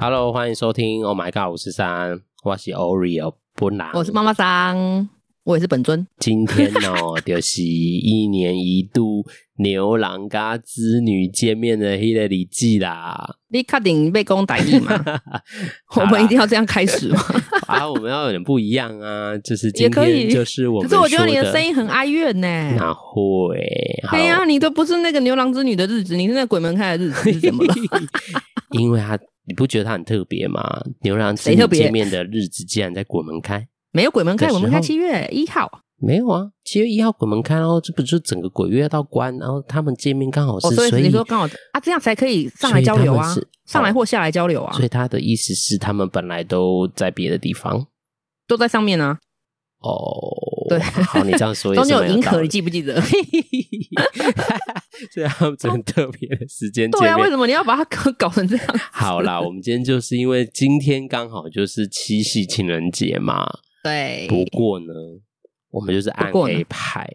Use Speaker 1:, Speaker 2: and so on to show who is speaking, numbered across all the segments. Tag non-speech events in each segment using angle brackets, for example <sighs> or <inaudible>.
Speaker 1: Hello，欢迎收听 Oh My God 五十三，我是 Oreo 本人，
Speaker 2: 我是妈妈桑，我也是本尊。
Speaker 1: 今天哦，就是一年一度牛郎跟织女见面的迄个礼记啦。
Speaker 2: 你确定被公打义
Speaker 1: <laughs>
Speaker 2: 吗？ <laughs> 我们一定要这样开始吗？
Speaker 1: 啊，我们要有点不一样
Speaker 2: <laughs>
Speaker 1: 啊，就是
Speaker 2: 也
Speaker 1: 今
Speaker 2: 可以
Speaker 1: 天就是我们
Speaker 2: 可是
Speaker 1: 说
Speaker 2: 我觉得你的声音很哀怨呢、
Speaker 1: 哪
Speaker 2: <laughs>
Speaker 1: 会？好
Speaker 2: 对呀、你都不是那个牛郎织女的日子，你是那个鬼门开的日子，是怎么了？
Speaker 1: <laughs>
Speaker 2: <laughs>
Speaker 1: 因为他你不觉得他很特别吗？牛郎织
Speaker 2: 谁
Speaker 1: 女
Speaker 2: 特别
Speaker 1: 见面的日子竟然在鬼门开。
Speaker 2: 没有鬼门开，
Speaker 1: 这时
Speaker 2: 我
Speaker 1: 候
Speaker 2: 们开七月一号，
Speaker 1: 没有啊，七月一号鬼门开哦，这不就整个鬼月到关，然后他们见面刚好是，
Speaker 2: 哦，所
Speaker 1: 所
Speaker 2: 以你说刚好啊，这样才可以上来交流
Speaker 1: 所以
Speaker 2: 啊
Speaker 1: 他们是，哦
Speaker 2: 上来或下来交流啊
Speaker 1: 所，以他的意思是他们本来都在别的地方
Speaker 2: 都在上面啊，
Speaker 1: 哦。
Speaker 2: 对
Speaker 1: 好，你这样
Speaker 2: <laughs>
Speaker 1: 说也
Speaker 2: 中
Speaker 1: 是
Speaker 2: 间有
Speaker 1: 蛮有
Speaker 2: 银
Speaker 1: 道
Speaker 2: 河，
Speaker 1: 理
Speaker 2: 你。记不
Speaker 1: <laughs>
Speaker 2: 记得？
Speaker 1: 所以他们只能特别的时间
Speaker 2: <laughs> 对
Speaker 1: 见
Speaker 2: 啊，为
Speaker 1: 面。
Speaker 2: 什么你要把它搞搞成这样？
Speaker 1: 好啦，我们今天就是因为今天刚好就是七夕情人节嘛，
Speaker 2: <laughs> 对，
Speaker 1: 不过呢，我们就是暗
Speaker 2: 不过呢
Speaker 1: 黑派，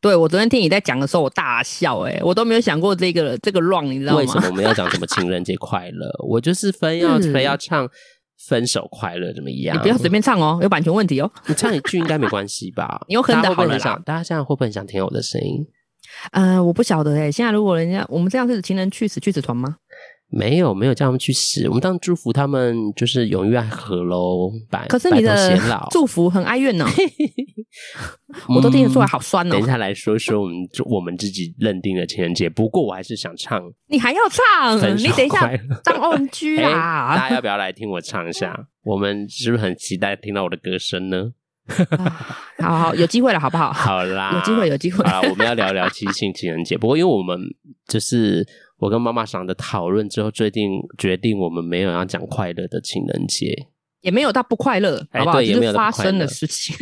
Speaker 2: 对我昨天听你在讲的时候，我大笑、欸，我都没有想过这个这个 wrong，你知道
Speaker 1: 为什
Speaker 2: 吗？
Speaker 1: 么我们要讲什么情人节快乐？我就是非要
Speaker 2: 是
Speaker 1: 非要唱分手快乐怎么样？
Speaker 2: 你不要随便唱哦，有版权问题哦。？
Speaker 1: 你唱一句应该没关系吧
Speaker 2: <laughs> 你有可能
Speaker 1: 大家会不会很
Speaker 2: 打好了啦
Speaker 1: 想，大家现在会不会很想听我的声音？
Speaker 2: 呃，我不晓得哎、现在如果人家我们这样是情人去死去死团
Speaker 1: 哎
Speaker 2: 吗？
Speaker 1: 没有，没有叫他们去死。我们当然祝福他们，就是永浴爱河喽，百
Speaker 2: 可是
Speaker 1: 白
Speaker 2: 你
Speaker 1: 头
Speaker 2: 的
Speaker 1: 偕老。
Speaker 2: 祝福很哀
Speaker 1: <laughs>
Speaker 2: 怨呢、 <laughs> 我都听得出来，好酸
Speaker 1: 嗯
Speaker 2: 哦、
Speaker 1: 等一下来说说我们我们自己认定的情人节。不过我还是想唱
Speaker 2: 你还要唱，
Speaker 1: 分手
Speaker 2: 嗯你等一下
Speaker 1: 快乐。
Speaker 2: 当 <laughs> ONG
Speaker 1: 哎
Speaker 2: 啦。
Speaker 1: 大家要不要来听我唱一下？我们是不是很期待听到我的歌声呢？
Speaker 2: 啊好好，有机会了，好不好？
Speaker 1: 好啦，
Speaker 2: 有机会，有机
Speaker 1: <laughs>
Speaker 2: 会。
Speaker 1: 好啦，我啊们要聊聊七夕情人节。不过，因为我们就是我跟妈妈想的讨论之后，最近决定我们没有要讲快乐的情人节。
Speaker 2: 也没有到不快乐，
Speaker 1: 哎
Speaker 2: 好不好？
Speaker 1: 对也
Speaker 2: 就
Speaker 1: 没有
Speaker 2: 是
Speaker 1: 到
Speaker 2: 发
Speaker 1: 不快乐
Speaker 2: 生的事情。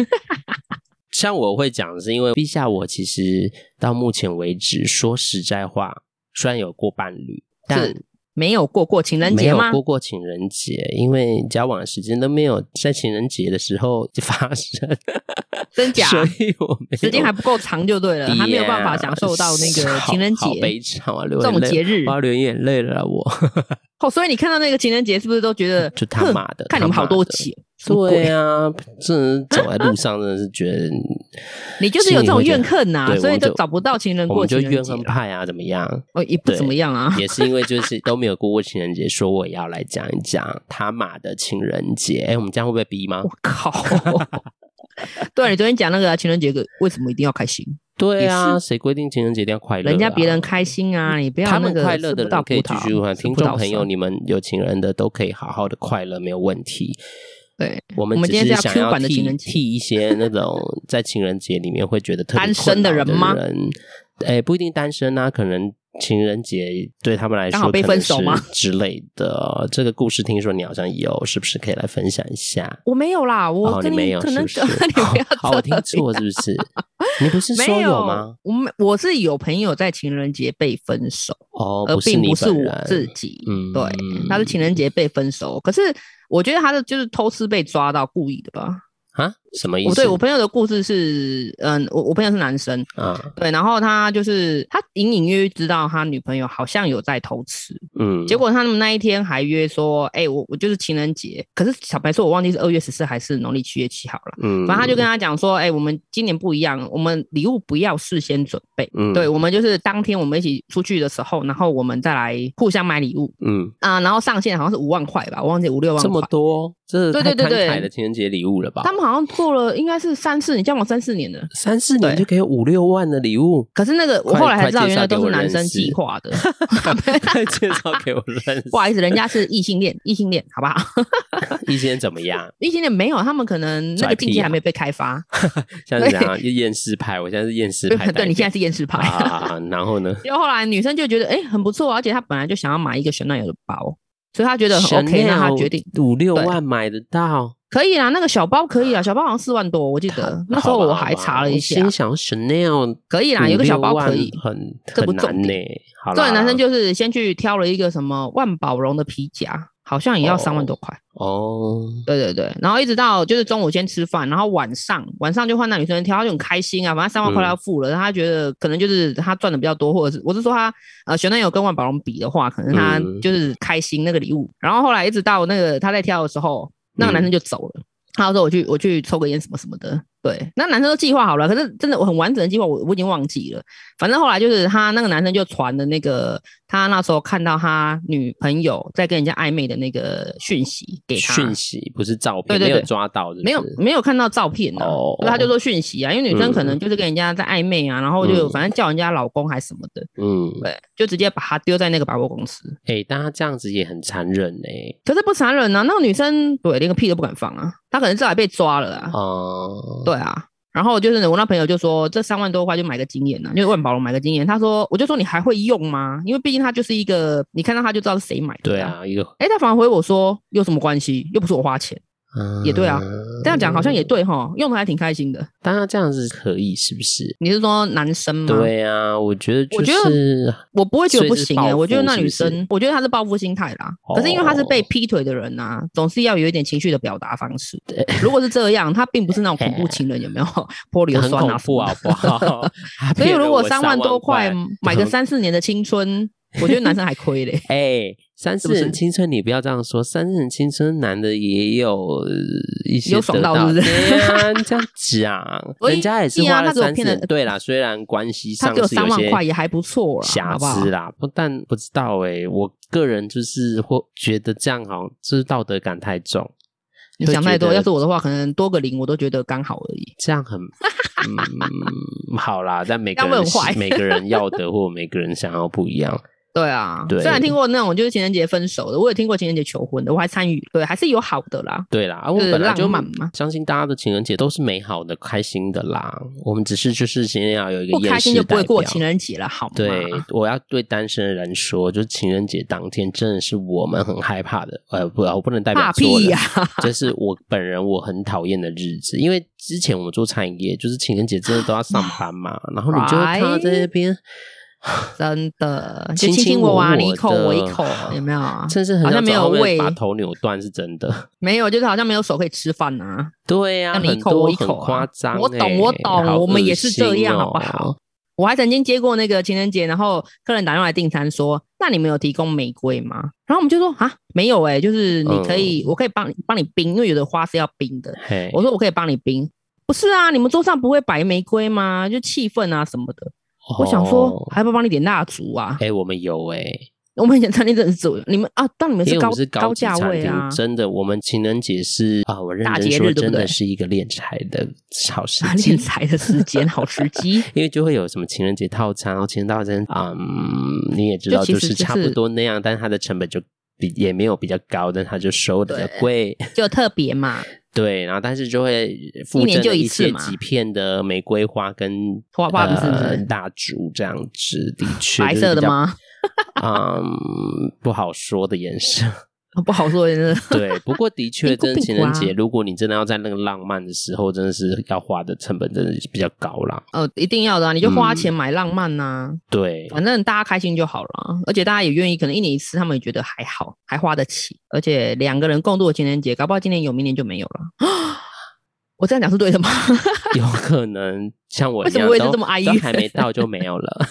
Speaker 1: 像我会讲，的是因为陛下，我其实到目前为止，说实在话，虽然有过伴侣，但
Speaker 2: 是没有过过情人
Speaker 1: 没
Speaker 2: 节
Speaker 1: 有
Speaker 2: 吗？
Speaker 1: 过过情人节，因为交往的时间都没有在情人节的时候发生， <laughs>
Speaker 2: 真假？
Speaker 1: 所以我没有
Speaker 2: 时间还不够长就对了，还没有办法享受到那
Speaker 1: <laughs>
Speaker 2: 个情人
Speaker 1: 好好
Speaker 2: 节
Speaker 1: 悲伤啊，流
Speaker 2: 这
Speaker 1: 眼
Speaker 2: 种
Speaker 1: 泪
Speaker 2: 节日
Speaker 1: 我。要流眼泪了啦，我
Speaker 2: 哦，所以你看到那个情人节，是不是都觉得
Speaker 1: 就他妈的
Speaker 2: 哼看你们
Speaker 1: 他妈
Speaker 2: 好多
Speaker 1: 的
Speaker 2: 节，什么
Speaker 1: 对
Speaker 2: 鬼，
Speaker 1: 啊，真的是走在路上真的是觉
Speaker 2: <laughs>
Speaker 1: 得
Speaker 2: 你就是有这种怨恨呐、
Speaker 1: 对
Speaker 2: 啊所以
Speaker 1: 我们
Speaker 2: 就
Speaker 1: 就
Speaker 2: 找不到情人
Speaker 1: 我
Speaker 2: 过
Speaker 1: 们就
Speaker 2: 情
Speaker 1: 怨
Speaker 2: 人节
Speaker 1: 恨
Speaker 2: 了。
Speaker 1: 派啊，怎么样？
Speaker 2: 哦，也不
Speaker 1: 对
Speaker 2: 怎么样啊。
Speaker 1: 也是因为就是都没有过过情人节，说我也要来讲一讲他妈的情人节。哎，我们这样会不会逼
Speaker 2: <laughs>
Speaker 1: 吗？
Speaker 2: 我靠！ <laughs> 对你昨天讲那个啊情人节，为什么一定要开
Speaker 1: <laughs>
Speaker 2: 心？
Speaker 1: 对啊，
Speaker 2: 也
Speaker 1: 谁规定情人节一定要快乐啊？
Speaker 2: 人家别人开心啊，你不要
Speaker 1: 他
Speaker 2: 那
Speaker 1: 们
Speaker 2: 个
Speaker 1: 快乐
Speaker 2: 吃
Speaker 1: 的
Speaker 2: 不到
Speaker 1: 人
Speaker 2: 葡
Speaker 1: 可以继
Speaker 2: 萄
Speaker 1: 续欢，
Speaker 2: 吃
Speaker 1: 听
Speaker 2: 不
Speaker 1: 众
Speaker 2: 到
Speaker 1: 朋友，
Speaker 2: 酸
Speaker 1: 你们有情人的都可以好好的快乐，没有问题。
Speaker 2: 对
Speaker 1: 我们
Speaker 2: 我们
Speaker 1: 只
Speaker 2: 今天是要
Speaker 1: 想
Speaker 2: Q
Speaker 1: 要
Speaker 2: 版的
Speaker 1: 替
Speaker 2: 情人节
Speaker 1: 替一些那种在情人节里面会觉得特别
Speaker 2: 单
Speaker 1: 困扰
Speaker 2: 身的人吗
Speaker 1: 的人？哎，不一定单身啊，可能情人节对他们来
Speaker 2: 刚
Speaker 1: 说
Speaker 2: 好被分手吗
Speaker 1: 可能是 <laughs> 之类的。这个故事听说你好像有，是不是可以来分享一下？
Speaker 2: 我没有啦，我
Speaker 1: 哦，
Speaker 2: 跟
Speaker 1: 你没有
Speaker 2: 可
Speaker 1: 是
Speaker 2: 能
Speaker 1: 不
Speaker 2: 跟
Speaker 1: 是？
Speaker 2: <laughs> 你不要这
Speaker 1: 好，我听
Speaker 2: 样
Speaker 1: 错是不是？你不是说
Speaker 2: 没
Speaker 1: 有吗？？
Speaker 2: 我们我是有朋友在情人节被分手，
Speaker 1: 哦，
Speaker 2: 而
Speaker 1: 是
Speaker 2: 呃并
Speaker 1: 你
Speaker 2: 不是
Speaker 1: 本
Speaker 2: 我
Speaker 1: 人
Speaker 2: 自己。
Speaker 1: 嗯
Speaker 2: 对，他是情人节被分手，可是我觉得他的就是偷吃被抓到故意的吧。
Speaker 1: 啊？什么意
Speaker 2: 我
Speaker 1: 思？
Speaker 2: 对我朋友的故事是，嗯，我我朋友是男生，
Speaker 1: 啊，
Speaker 2: 对，然后他就是他隐隐约约知道他女朋友好像有在偷吃，
Speaker 1: 嗯，
Speaker 2: 结果他们那一天还约说，哎、我我就是情人节，可是小白说我忘记是二月十四还是农历七月七号了。
Speaker 1: 嗯，
Speaker 2: 反正他就跟他讲说，哎、我们今年不一样，我们礼物不要事先准备，
Speaker 1: 嗯
Speaker 2: 对，我们就是当天我们一起出去的时候，然后我们再来互相买礼物
Speaker 1: 嗯，
Speaker 2: 啊、然后上限好像是五万块吧，我忘记五六万
Speaker 1: 这
Speaker 2: 块。
Speaker 1: 么多，这
Speaker 2: 对
Speaker 1: 太
Speaker 2: 对对对
Speaker 1: 慷慨的情人节礼物了吧？
Speaker 2: 他们好像做了应该是三四年，交往三四年了。
Speaker 1: 三四年
Speaker 2: 对，
Speaker 1: 就给五六万的礼物
Speaker 2: <laughs> 可是那个我
Speaker 1: 快
Speaker 2: 后来才知道，
Speaker 1: 快介
Speaker 2: 原
Speaker 1: 绍
Speaker 2: 来都
Speaker 1: 给
Speaker 2: 是
Speaker 1: 我
Speaker 2: 男
Speaker 1: 认
Speaker 2: 生
Speaker 1: 识
Speaker 2: 计
Speaker 1: <laughs>
Speaker 2: 划的。
Speaker 1: 介绍给我认识
Speaker 2: 不。好意思，人家是异性恋，异性恋，好不好？
Speaker 1: 一些人怎么
Speaker 2: <laughs>
Speaker 1: 样？
Speaker 2: 异性恋没有，他们可能那
Speaker 1: 拽
Speaker 2: 个
Speaker 1: 屁
Speaker 2: 境界
Speaker 1: 啊
Speaker 2: 还没被开发。
Speaker 1: 像是怎样厌世派？我现在是厌世派代表。
Speaker 2: <laughs> 对，你现在是厌世
Speaker 1: 啊
Speaker 2: <laughs> 派。
Speaker 1: 啊啊然后呢？
Speaker 2: 结果后来女生就觉得，哎、很不错，而且她本来就想要买一个 Chanel 的包，所以她觉得很 OK，
Speaker 1: Chanel
Speaker 2: 那她决定
Speaker 1: 五六
Speaker 2: 对
Speaker 1: 万买得到。
Speaker 2: 可以啦，那个小包可以啊，小包好像四万多，我记
Speaker 1: <laughs>
Speaker 2: 得那时候
Speaker 1: 好吧
Speaker 2: 我
Speaker 1: 好
Speaker 2: 还
Speaker 1: 吧
Speaker 2: 查了一
Speaker 1: 我
Speaker 2: 下，
Speaker 1: 心想 Chanel
Speaker 2: 可以啦，
Speaker 1: 五
Speaker 2: 有个小
Speaker 1: 六
Speaker 2: 包
Speaker 1: 万
Speaker 2: 可以。
Speaker 1: 很
Speaker 2: 这不
Speaker 1: 很难
Speaker 2: 重
Speaker 1: 呢
Speaker 2: 点。
Speaker 1: 好
Speaker 2: 对，
Speaker 1: 啦，
Speaker 2: 男生就是先去挑了一个什么万宝龙的皮夹，好像也要
Speaker 1: 哦
Speaker 2: 三万多块。
Speaker 1: 哦，
Speaker 2: 对对对，然后一直到就是中午先吃饭，然后晚上晚上就换那女生挑，她就很开心啊，反正
Speaker 1: 嗯
Speaker 2: 三万块她要付了，她觉得可能就是她赚的比较多，或者是我是说她呃熊男友跟万宝龙比的话，可能她
Speaker 1: 嗯
Speaker 2: 就是开心那个礼物。然后后来一直到那个她在挑的时候，那个
Speaker 1: 嗯
Speaker 2: 男生就走了，他说我去我去抽个烟什么什么的。对，那男生都计划好了，可是真的我很完整的计划我我已经忘记了。反正后来就是他那个男生就传的那个他那时候看到他女朋友在跟人家暧昧的那个讯息给他，
Speaker 1: 讯息不是照片，
Speaker 2: 对对对
Speaker 1: 没有抓到是不是，
Speaker 2: 没有没有看到照片啊，
Speaker 1: 哦
Speaker 2: 所以他就说讯息啊，因为女生可能就是跟人家在暧昧啊，然后就
Speaker 1: 嗯
Speaker 2: 反正叫人家老公还是什么的，
Speaker 1: 嗯，
Speaker 2: 对，就直接把他丢在那个百货公司。
Speaker 1: 哎、但他这样子也很残忍哎、欸，
Speaker 2: 可是不残忍啊，那个女生对连个屁都不敢放啊，她可能这还被抓了啊，
Speaker 1: 哦、
Speaker 2: 对啊。然后就是我那朋友就说，这三万多块就买个经验呐、啊，就是万宝龙买个经验。他说，我就说你还会用吗？因为毕竟他就是一个，你看到他就知道是谁买的、
Speaker 1: 对。啊，一个、
Speaker 2: 哎，他反而回我说，有什么关系？又不是我花钱。
Speaker 1: 啊
Speaker 2: 也对啊，这样讲好像也对哈，用的还挺开心的。
Speaker 1: 但他这样子可以是不是？
Speaker 2: 你是说男生吗？
Speaker 1: 对啊，我觉得就
Speaker 2: 嗯我觉得
Speaker 1: 是
Speaker 2: 我不会觉得不行
Speaker 1: 所以是报
Speaker 2: 哎、
Speaker 1: 复
Speaker 2: 我觉得那女
Speaker 1: 是不
Speaker 2: 生，我觉得她是报复心态啦。
Speaker 1: 哦
Speaker 2: 可是因为她是被劈腿的人呐、总是要有一点情绪的表达方式。如果是这样，她并不是那种恐怖情人，有没有？ <laughs> 泼硫
Speaker 1: 很
Speaker 2: 酸
Speaker 1: 恐
Speaker 2: 啊什
Speaker 1: 怖
Speaker 2: 么
Speaker 1: 好
Speaker 2: 的。
Speaker 1: 不好？
Speaker 2: <laughs>
Speaker 1: <laughs>
Speaker 2: 所以如果
Speaker 1: 三
Speaker 2: 万多
Speaker 1: 块，
Speaker 2: 买个三四年的青春，我觉得男生还亏嘞。
Speaker 1: 哎、三
Speaker 2: 是
Speaker 1: 四
Speaker 2: 不是
Speaker 1: 人青春，你不要这样说。三四人青春，男的也有呃一些
Speaker 2: 有爽
Speaker 1: 得
Speaker 2: 到是不是
Speaker 1: 对啊，你这样
Speaker 2: <laughs>
Speaker 1: 讲，
Speaker 2: 所以
Speaker 1: 人家也是
Speaker 2: 对
Speaker 1: 花
Speaker 2: 啊他
Speaker 1: 了
Speaker 2: 给我
Speaker 1: 三四
Speaker 2: 骗了
Speaker 1: 人。对啦，虽然关系
Speaker 2: 他
Speaker 1: 上
Speaker 2: 只有
Speaker 1: 是有
Speaker 2: 三万
Speaker 1: 些
Speaker 2: 块也还不错啦，
Speaker 1: 瑕
Speaker 2: 好不好
Speaker 1: 疵啦，不但不知道哎、我个人就是会觉得这样好像就是道德感太重，
Speaker 2: 你想太
Speaker 1: 会觉
Speaker 2: 多，
Speaker 1: 得
Speaker 2: 要是我的话，可能多个零我都觉得刚好而已。
Speaker 1: 这样很。 <laughs> 嗯，好啦，但每个
Speaker 2: 这样
Speaker 1: 人
Speaker 2: 会很坏
Speaker 1: 每个人要的或每个人想要不一样，
Speaker 2: 对啊，
Speaker 1: 对
Speaker 2: 虽然听过那种就是情人节分手的，我也听过情人节求婚的，我还参与，对，还是有好的啦。
Speaker 1: 对啦，啊，我
Speaker 2: 就是
Speaker 1: 们本来就
Speaker 2: 浪漫嘛
Speaker 1: 相信大家的情人节都是美好的、开心的啦。我们只是就是今天要有一个
Speaker 2: 不开
Speaker 1: 厌世
Speaker 2: 心就不会
Speaker 1: 代
Speaker 2: 过
Speaker 1: 表
Speaker 2: 情人节了，好吗？
Speaker 1: 对，我要对单身的人说，就是情人节当天真的是我们很害怕的，呃，不，我不能代表
Speaker 2: 怕
Speaker 1: 做
Speaker 2: 屁
Speaker 1: 人， <laughs>
Speaker 2: 呀、
Speaker 1: 这是我本人我很讨厌的日子，因为之前我们做餐饮业，就是情人节真的都要上班
Speaker 2: <laughs>
Speaker 1: 嘛，然后你就会看到在那边
Speaker 2: 真的，就
Speaker 1: 卿
Speaker 2: 卿
Speaker 1: 卿
Speaker 2: 我
Speaker 1: 我
Speaker 2: 啊，
Speaker 1: 我
Speaker 2: 你一口
Speaker 1: 的
Speaker 2: 我一
Speaker 1: <sighs>
Speaker 2: 口，有没有啊？
Speaker 1: 真是很
Speaker 2: 好像
Speaker 1: 想
Speaker 2: 没有
Speaker 1: 找他们
Speaker 2: 胃
Speaker 1: 把头扭断，是真的。
Speaker 2: 没有，就是好像没有手可以吃饭啊。
Speaker 1: 对呀、
Speaker 2: 那你一
Speaker 1: 很
Speaker 2: 口
Speaker 1: 多
Speaker 2: 我一
Speaker 1: 很
Speaker 2: 口啊
Speaker 1: 夸张欸、
Speaker 2: 我懂，我
Speaker 1: 好
Speaker 2: 懂，我们也是
Speaker 1: 恶
Speaker 2: 这
Speaker 1: 心
Speaker 2: 样，好不
Speaker 1: 哦
Speaker 2: 好？？我还曾经接过那个情人节，然后客人打电话来订餐说：“那你们有提供玫瑰吗？”然后我们就说：“啊，没有哎、就是你可以，
Speaker 1: 嗯
Speaker 2: 我可以帮你帮你冰，因为有的花是要冰的。”
Speaker 1: 嘿，
Speaker 2: 我说：“我可以帮你冰。”不是啊，你们桌上不会摆玫瑰吗？就气氛啊什么的。我想说
Speaker 1: 哦，
Speaker 2: 还要不要帮你点蜡烛啊？
Speaker 1: 哎、我们有哎、
Speaker 2: 我们以前餐厅真的是这样你们啊，当你们
Speaker 1: 因为
Speaker 2: 是
Speaker 1: 我
Speaker 2: 高
Speaker 1: 们是
Speaker 2: 高
Speaker 1: 级
Speaker 2: 价
Speaker 1: 餐
Speaker 2: 位
Speaker 1: 厅，
Speaker 2: 啊，
Speaker 1: 真的，我们情人节是啊，我认
Speaker 2: 大
Speaker 1: 真
Speaker 2: 节
Speaker 1: 说，
Speaker 2: 日对不
Speaker 1: 真的
Speaker 2: 对
Speaker 1: 是一个敛财的好时
Speaker 2: 啊
Speaker 1: 机
Speaker 2: 敛。财的时间好时机。
Speaker 1: 因为就会有什么情人节套餐，然啊后情人套餐，嗯，你也知道，
Speaker 2: 就其
Speaker 1: 就
Speaker 2: 实
Speaker 1: 是
Speaker 2: 就
Speaker 1: 差不
Speaker 2: 是
Speaker 1: 多那样，但是它的成本就比也没有比较高，但它就收的比较
Speaker 2: 对
Speaker 1: 贵，
Speaker 2: <laughs>
Speaker 1: <laughs>
Speaker 2: 就特别嘛，
Speaker 1: 对，然后但是就会附
Speaker 2: 年
Speaker 1: 赠
Speaker 2: 就
Speaker 1: 了
Speaker 2: 一
Speaker 1: 一
Speaker 2: 次
Speaker 1: 些
Speaker 2: 嘛
Speaker 1: 几片的玫瑰花跟
Speaker 2: 花瓣是不是
Speaker 1: 呃蜡烛这样子，的确
Speaker 2: 白
Speaker 1: 就是
Speaker 2: 色
Speaker 1: 比
Speaker 2: 的
Speaker 1: 较？
Speaker 2: 吗？ <laughs>
Speaker 1: 嗯，不好说的颜色。
Speaker 2: 不好说，真 <laughs> 的。
Speaker 1: 对，不过的确，
Speaker 2: 冰
Speaker 1: 真
Speaker 2: 棍
Speaker 1: 的情人节，
Speaker 2: 冰
Speaker 1: 如果你真的要在那个浪漫的时候，真的是要花的成本真的是比较高啦。
Speaker 2: 呃，一定要的、啊，你就花
Speaker 1: 嗯
Speaker 2: 钱买浪漫呐、 <laughs>
Speaker 1: 对，
Speaker 2: 反正大家开心就好了。啊而且大家也愿意，可能一年一次，他们也觉得还好，还花得起。而且两个人共度的情人节，搞不好今年有，明年就没有了。 <gasps> 我这样讲是对的吗？ <laughs>
Speaker 1: 有可能像我
Speaker 2: 为
Speaker 1: 一
Speaker 2: 什么
Speaker 1: 样，
Speaker 2: 我一直
Speaker 1: 都
Speaker 2: 这么哀
Speaker 1: 都
Speaker 2: 怨
Speaker 1: 还没到就没有了，